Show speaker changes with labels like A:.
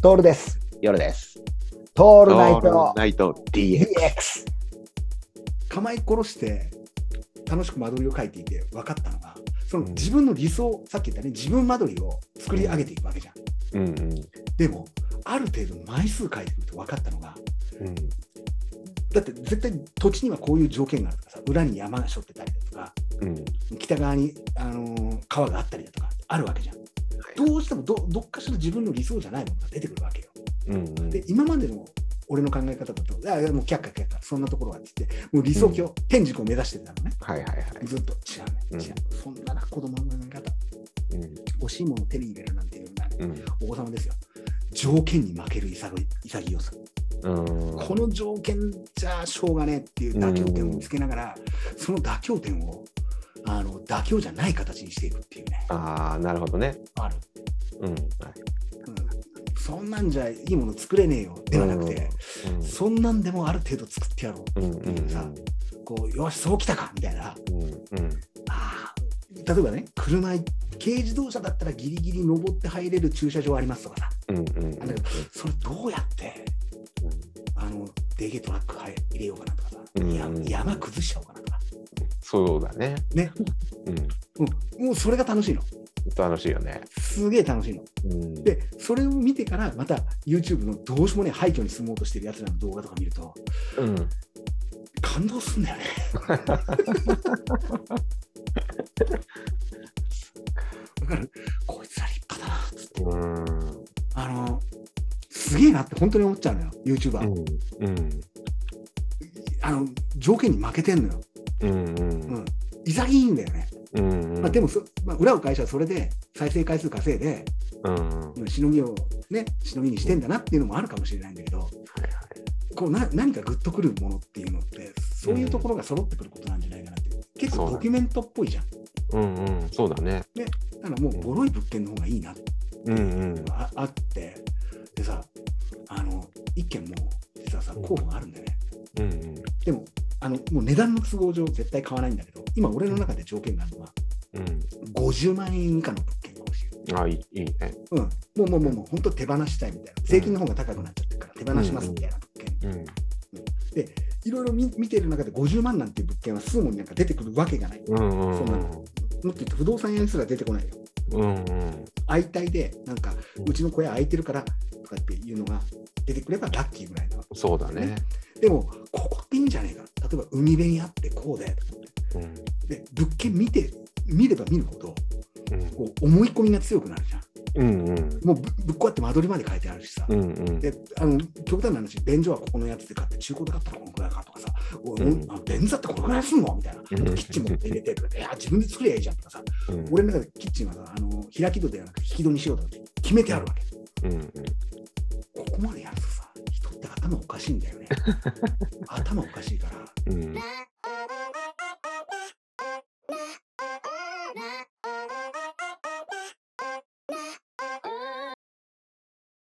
A: トールです。
B: 夜です。
A: ト
B: オ
A: ールナイト
B: ナイト DX。
A: DX。構え殺して楽しく間取りを書いていて分かったのが、その
B: うん
A: 自分の理想、さっき言ったね、自分間取りを作り上げていくわけじゃん。
B: うんうん
A: でも、ある程度の枚数書いてくると分かったのが、
B: うん
A: だって絶対土地にはこういう条件があるとかさ、裏に山が背負ってたりだとか、
B: うん
A: 北側に、あのー川があったりだとか、あるわけじゃん。どうしてもどどっかしら自分の理想じゃないものが出てくるわけよ。
B: うんうん
A: で今までの俺の考え方だと、あいやもう却下却下、そんなところはって言って、もう理想郷、天竺を目指してたのね、
B: はいはいはい。
A: ずっと違うね、
B: うん
A: 違う、そんなな子供の考え方、
B: う
A: 欲しいものを手に入れるなんていうような、
B: ん
A: お子様ですよ、条件に負ける潔い潔さ、
B: うんうん
A: この条件じゃしょうがねえっていう妥協点を見つけながら、その妥協点をあの妥協じゃない形にしていくっていうね、
B: ああなるほどね。
A: ある、
B: うん
A: う
B: はい
A: ん、そんなんじゃいいもの作れねえよではなくて。そんなんでもある程度作ってやろう
B: うんうん
A: っていうさ、こうよし、そうきたかみたいな、
B: うんうん
A: あー例えばね、車い、軽自動車だったらギリギリ登って入れる駐車場ありますとかさ、
B: うんうん
A: あだけどそれどうやってあのデゲトラック入れようかなとかさ、
B: うん
A: や山崩しちゃおうかなとか、
B: そうだね。
A: ね。
B: うん
A: うん、もうそれが楽しいの、
B: 楽しいよね。
A: すげえ楽しいの。
B: うん
A: で、それを見てから、また YouTube のどうしようもね、廃墟に住もうとしてるやつらの動画とか見ると、
B: うん
A: 感動すんだよね。だから、こいつら立派だなっつって、
B: うん
A: あの、すげえなって本当に思っちゃうのよ、YouTuber。
B: うん
A: あの、条件に負けてんのよ。
B: うんう
A: うんん。潔いんだよね。
B: うんうん
A: まあ、でもそ、まあ、裏を会社はそれで再生回数稼いで、
B: うん
A: うんしのぎをね、しのぎにしてんだなっていうのもあるかもしれないんだけど、こうな何かグッとくるものっていうのって、そういうところが揃ってくることなんじゃないかなって。結
B: そう
A: 構
B: だね
A: ドキュメントっぽいじゃん。
B: うんうんそうだね。
A: だからもうボロい物件の方がいいなって
B: うんうん
A: ああってでさあの一件もう実はさ
B: うん
A: 候補があるんだよね
B: うんうん
A: でもあのもう値段の都合上絶対買わないんだけど今俺の中で条件があるのは
B: う
A: 50万円以下の物件が欲しい、
B: んあいいいいね。
A: うん、もうもうもうもう本当手放したいみたいな税金の方が高くなっちゃってるから手放しますみたいな物件
B: うん
A: いろいろ見見てる中で50万なんていう物件は数問になんか出てくるわけがない
B: うんうん
A: そんなのもっと言うと不動産屋にすら出てこないよ
B: うんうん
A: 相対でなんか
B: うん
A: うちの小屋空いてるからとかっていうのが出てくればラッキーぐらいの
B: そうだね。
A: でも、ここっていいんじゃないか。例えば、海辺にあってこうで。
B: うん
A: で、物件見て、見れば見るほど、
B: うん
A: こう思い込みが強くなるじゃん。
B: うんうん
A: もうぶ、ぶっ壊って間取りまで書いてあるしさ。
B: うんうん
A: であの極端な話、便所はここのやつで買って、中古で買ったらこのくらいかとかさ、おい
B: うん
A: あの便座ってこのくらいすんのみたいな、あ
B: うん
A: とキッチン持って入れて、いや、自分で作りゃいいじゃんとかさ、
B: うん
A: 俺の中でキッチンはさあの開き戸ではなく、引き戸にしようとかって決めてあるわけ。
B: うん
A: こ こまでやるとさ、人って頭おかしいんだよね。頭おかしいから、
B: うんうん